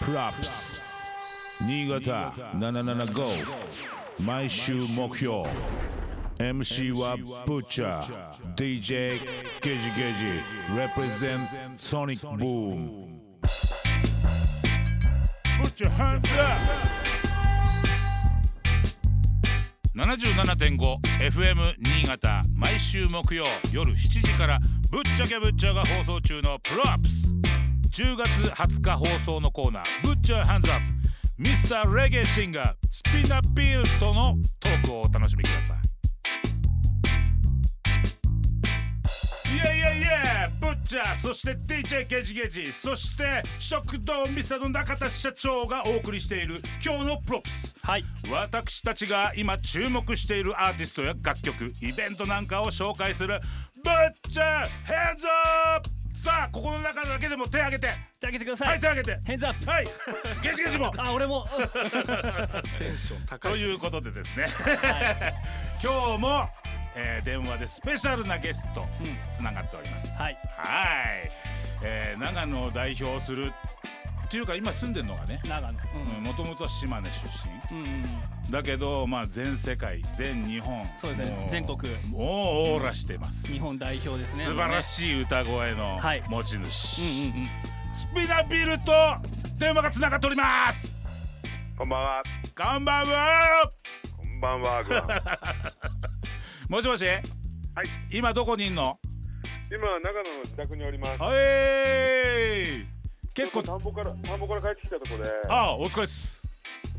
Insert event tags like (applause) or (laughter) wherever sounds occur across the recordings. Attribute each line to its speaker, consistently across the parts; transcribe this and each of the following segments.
Speaker 1: プラップス新潟775毎週目標 MC はブッチャー DJ ゲジゲジ represent ソニックブーム Put your hands up!
Speaker 2: 77.5FM 新潟毎週木曜夜7時から「ぶっちゃけぶっちゃ」が放送中の「プロアップス」10月20日放送のコーナー「ぶっちゃハンズアップ」ミスターレゲエシンガースピナピールとのトークをお楽しみください。いやいやいやブッチャーそして DJ ゲジゲジそして食堂ミスターの中田社長がお送りしている今日のプロプス
Speaker 3: はい
Speaker 2: 私たちが今注目しているアーティストや楽曲イベントなんかを紹介する「ブッチャーヘンズアップ!」さあここの中だけでも手挙げて
Speaker 3: 手挙げてください、
Speaker 2: はい手挙げて
Speaker 3: ヘンズアップ
Speaker 2: はいゲジゲジも
Speaker 3: あ俺もうん
Speaker 2: ということでですね、今日も、えー電話でスペシャルなゲストつながっております、
Speaker 3: はい
Speaker 2: はいえー長野を代表するっていうか今住んでるのがね
Speaker 3: 長野
Speaker 2: もともとは島根出身
Speaker 3: うん、うんうん、
Speaker 2: だけど、まあ、全世界全日本
Speaker 3: そうですね
Speaker 2: も
Speaker 3: 全国
Speaker 2: もうオーラしてます、
Speaker 3: 日本代表ですね
Speaker 2: 素晴らしい歌声の
Speaker 3: はい
Speaker 2: 持ち主、
Speaker 3: うんうんうん
Speaker 2: スピナビルと電話がつながっております
Speaker 4: こんばんは。
Speaker 2: こんばんは
Speaker 4: こんばん
Speaker 2: (laughs)
Speaker 4: は。グランはい。
Speaker 2: もしもし今どこにいんの
Speaker 4: 今長野の自宅におります。
Speaker 2: はい結構
Speaker 4: ちょっと田んぼから田んぼから帰ってきたところで、
Speaker 2: ああお疲れっす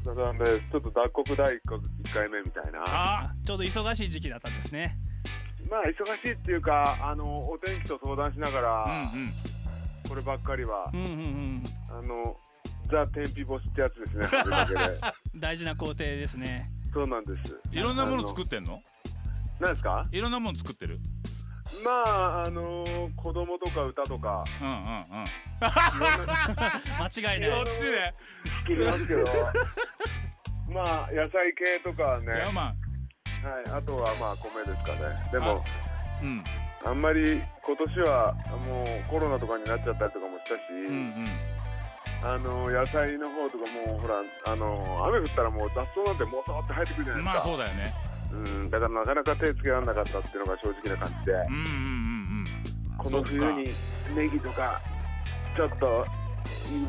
Speaker 4: 田さんでちょっと脱獄第一回一回目みたいな。
Speaker 2: あ
Speaker 3: あちょうど忙しい時期だったんですね
Speaker 4: まあ忙しいっていうか、あのお天気と相談しながら、
Speaker 2: うんうん
Speaker 4: こればっかりは
Speaker 3: う、んうんうん
Speaker 4: あのザ天日干しってやつですね。それ
Speaker 2: (laughs)
Speaker 4: だけで
Speaker 3: 大事な工程ですね
Speaker 4: そうなんです。
Speaker 2: いろんなもの作ってんの
Speaker 4: あのなんですか？
Speaker 2: いろんなもの作ってる
Speaker 4: まああの子供とか歌とか
Speaker 2: うんうんうん
Speaker 3: 間違いない
Speaker 2: そっちで
Speaker 4: 作ります
Speaker 2: (laughs)
Speaker 4: けど。まあ野菜系とかはね、
Speaker 2: い
Speaker 4: は
Speaker 2: や
Speaker 4: い、
Speaker 2: ま
Speaker 4: あとはまあ米ですかね。でも、
Speaker 2: あうん
Speaker 4: あんまり今年はもうコロナとかになっちゃったりとかもしたし、
Speaker 2: うんうん
Speaker 4: あの野菜の方とかもうほらあの雨降ったらもう雑草なんてもうそーって生えてくるじゃないで
Speaker 2: ますあ
Speaker 4: か、
Speaker 2: そうだよね
Speaker 4: うん、だからなかなか手つけられなかったっていうのが正直な感じで
Speaker 2: うんうんうんうん
Speaker 4: この冬にネギとかちょっと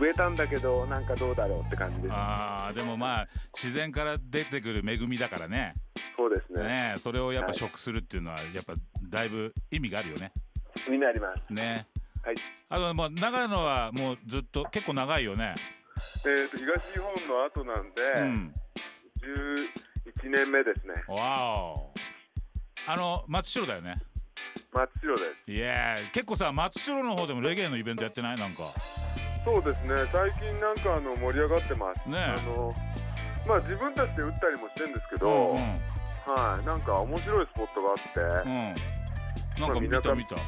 Speaker 4: 植えたんだけどなんかどうだろうって感じです
Speaker 2: ああでもまあ自然から出てくる恵みだからね
Speaker 4: そうですね
Speaker 2: ねえそれをやっぱ
Speaker 4: はい
Speaker 2: 食するっていうのはやっぱだいぶ意味があるよね
Speaker 4: になります
Speaker 2: ね
Speaker 4: はい
Speaker 2: あともう長野はもうずっと結構長いよね
Speaker 4: えー、と東日本の後なんで、
Speaker 2: うん
Speaker 4: 11年目ですね
Speaker 2: わおあの松代だよね
Speaker 4: 真っ白です
Speaker 2: いや結構さ松代の方でもレゲエのイベントやってないなんか
Speaker 4: そうですね最近なんかあの盛り上がってます
Speaker 2: ねえ
Speaker 4: あのまあ自分たちで打ったりもしてるんですけ
Speaker 2: う
Speaker 4: ど、
Speaker 2: んうん
Speaker 4: はいなんか面白いスポットがあっ
Speaker 2: う
Speaker 4: て、
Speaker 2: んなんか見
Speaker 4: まあ
Speaker 2: た
Speaker 4: 港
Speaker 2: 見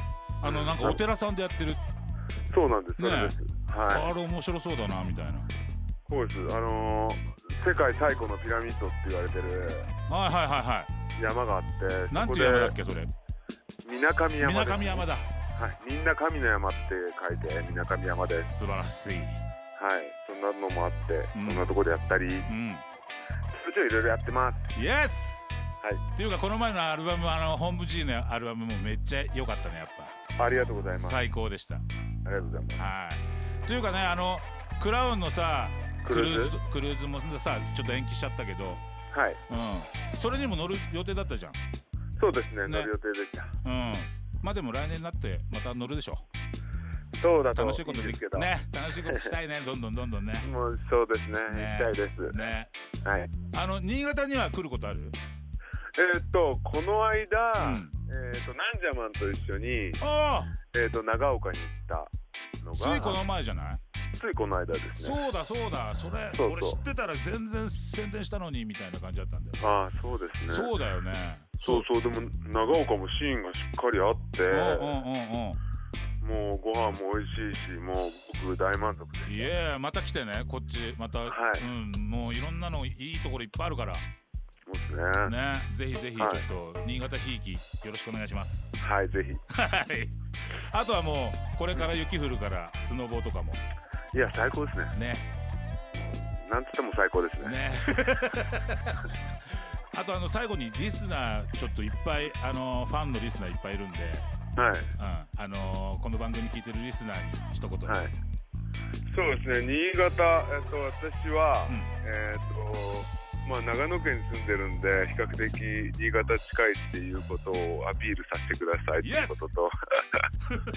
Speaker 2: たあのなんかお寺さんでやってる
Speaker 4: そうなんです、
Speaker 2: ねえ
Speaker 4: それですは
Speaker 2: あ
Speaker 4: い
Speaker 2: れ面白そうだなみたいな
Speaker 4: こうですあのー世界最古のピラミッドって言われてる
Speaker 2: はいはいはいはい
Speaker 4: 山があって
Speaker 2: なん
Speaker 4: そ
Speaker 2: て
Speaker 4: こ
Speaker 2: いう
Speaker 4: で
Speaker 2: 山だっけそれ
Speaker 4: みなかみ山
Speaker 2: 水
Speaker 4: です
Speaker 2: 上山だ
Speaker 4: はいみんな神の山って書いてみなかみ山です
Speaker 2: 素晴らしい
Speaker 4: はいそんなのもあって、
Speaker 2: うん
Speaker 4: そんなとこでやったりちょ
Speaker 2: うん
Speaker 4: いちょいいろいろやってます
Speaker 2: イエス
Speaker 4: はい
Speaker 2: っていうかこの前のアルバムあの本部 G のアルバムもめっちゃ良かったねやっ
Speaker 4: ありがとうござい
Speaker 2: ぱ
Speaker 4: ますあ
Speaker 2: 最高でした
Speaker 4: りがとうございます
Speaker 2: はい。というかね、あのクラウンのさ、ク
Speaker 4: ク
Speaker 2: ル
Speaker 4: ル
Speaker 2: ーズ
Speaker 4: ーズ
Speaker 2: クルーズもさ、ちょっと延期しちゃったけど、
Speaker 4: はい
Speaker 2: うん。それにも乗る予定だったじゃん。
Speaker 4: そうです
Speaker 2: ね
Speaker 4: ね乗る予定でした
Speaker 2: うん。まあでも来年になってまた乗るでしょ。
Speaker 4: そうだと
Speaker 2: 楽しいこと
Speaker 4: い
Speaker 2: で
Speaker 4: いで
Speaker 2: き
Speaker 4: すけど、
Speaker 2: ね、楽しいことしたい
Speaker 4: (laughs)
Speaker 2: ね。どんどんどんどんね。
Speaker 4: もうそうですね
Speaker 2: ね
Speaker 4: 行きたいです、
Speaker 2: ね。
Speaker 4: はい
Speaker 2: あの新潟には来ることある？
Speaker 4: えーっとこの間、
Speaker 2: うん
Speaker 4: えーっとナンジャマンと一緒に
Speaker 2: ああ、
Speaker 4: えーっと長岡に行ったの
Speaker 2: つ
Speaker 4: が
Speaker 2: いこの前じゃない？
Speaker 4: ついこの間ですね
Speaker 2: そうだそうだ。それ
Speaker 4: そうそう
Speaker 2: 俺知ってたら全然宣伝したのにみたいな感じだったんだよ。
Speaker 4: ああそうですね
Speaker 2: そうだよね。
Speaker 4: そうそうでも長岡もシーンがしっかりあって
Speaker 2: う。うんうんうんうん。
Speaker 4: もうご飯も美味しいしもう僕大満足です
Speaker 2: いえまた来てねこっちまた、
Speaker 4: はい
Speaker 2: うん、もういろんなのいいところいっぱいあるから
Speaker 4: そうですね
Speaker 2: ねぜひぜひちょっ
Speaker 4: はい
Speaker 2: と新潟ひいきよろしくお願いします
Speaker 4: はいぜ
Speaker 2: はいあとはもうこれから雪降るからスノボーとかも
Speaker 4: ひいや最高ですね
Speaker 2: ね
Speaker 4: なんつっても最高ですね
Speaker 2: ね (laughs) あとあの最後にリスナーちょっといっぱいあのファンのリスナーいっぱいいるんで、
Speaker 4: はい
Speaker 2: うん、あのこの番組聞いてるリスナーに一言、
Speaker 4: はいそうですね新潟、えっと、私は、
Speaker 2: うん
Speaker 4: えっとまあ、長野県に住んでるんで比較的新潟近いっていうことをアピールさせてくださいっていうことと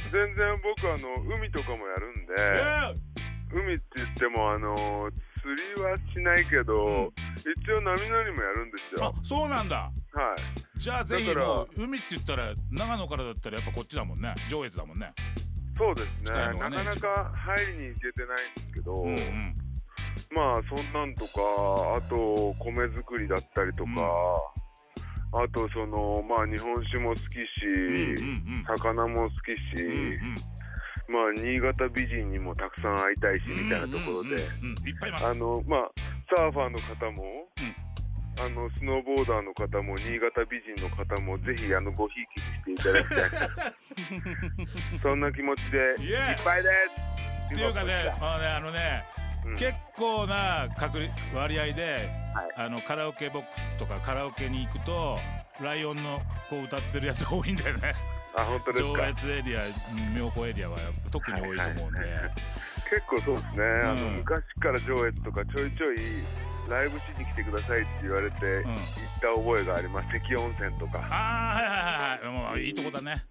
Speaker 4: (laughs) 全然僕あの海とかもやるんで、
Speaker 2: え
Speaker 4: 海って言ってもあの釣りはしないけど、一応波乗りもやるんで
Speaker 2: ー
Speaker 4: す
Speaker 2: あ
Speaker 4: よ
Speaker 2: そうなんだ
Speaker 4: はい
Speaker 2: じゃあぜひ
Speaker 4: だから
Speaker 2: もう海って言ったら長野からだったらやっぱこっちだもんね上越だもんね
Speaker 4: そうですね
Speaker 2: 近いのは
Speaker 4: な
Speaker 2: ね
Speaker 4: かなか入りに行けてないんですけど、
Speaker 2: うんうん
Speaker 4: まあそんなんとかあと米作りだったりとか、あとそのまあ日本酒も好きし、
Speaker 2: うんうん
Speaker 4: 魚も好きし、
Speaker 2: うんうんうん
Speaker 4: まあ新潟美人にもたくさん会いたいし
Speaker 2: うん
Speaker 4: みたいなところで、
Speaker 2: うんうんうんいっぱいいます
Speaker 4: あのまあサーファーの方も、
Speaker 2: うん
Speaker 4: あのスノーボーダーの方も新潟美人の方もぜひあのごひいきにしていただきたい
Speaker 2: (laughs)
Speaker 4: そんな気持ちで
Speaker 2: イエーイ
Speaker 4: いっぱいです
Speaker 2: っていうかねあのねあのね
Speaker 4: うん
Speaker 2: 結構な確率割合で、
Speaker 4: は
Speaker 2: あのカラオケボックスとかカラオケに行くとライオンのこう歌ってるやつ多いんだよね
Speaker 4: あ本当です
Speaker 2: 上
Speaker 4: か
Speaker 2: 越エリア妙高エリアはやっぱ特に多いと思うんで、
Speaker 4: はいはい結構そうですね、あの
Speaker 2: うん
Speaker 4: 昔から上越とかちょいちょいライブしに来てくださいって言われて
Speaker 2: う
Speaker 4: 行
Speaker 2: ん
Speaker 4: った覚えがあります関温泉とか
Speaker 2: ああはいはいはいはいもういいとこだね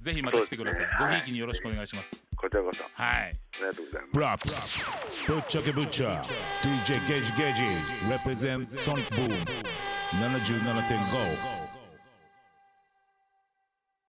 Speaker 2: ぜひまた来てください、
Speaker 4: そうですね
Speaker 2: ごひいきによろしくお願いします
Speaker 4: こちらこそあ
Speaker 2: はい
Speaker 4: りがとうございます
Speaker 1: Props. Butcher ke Butcher. DJ Gage Gage. Represent Sonic Boom. 77.5.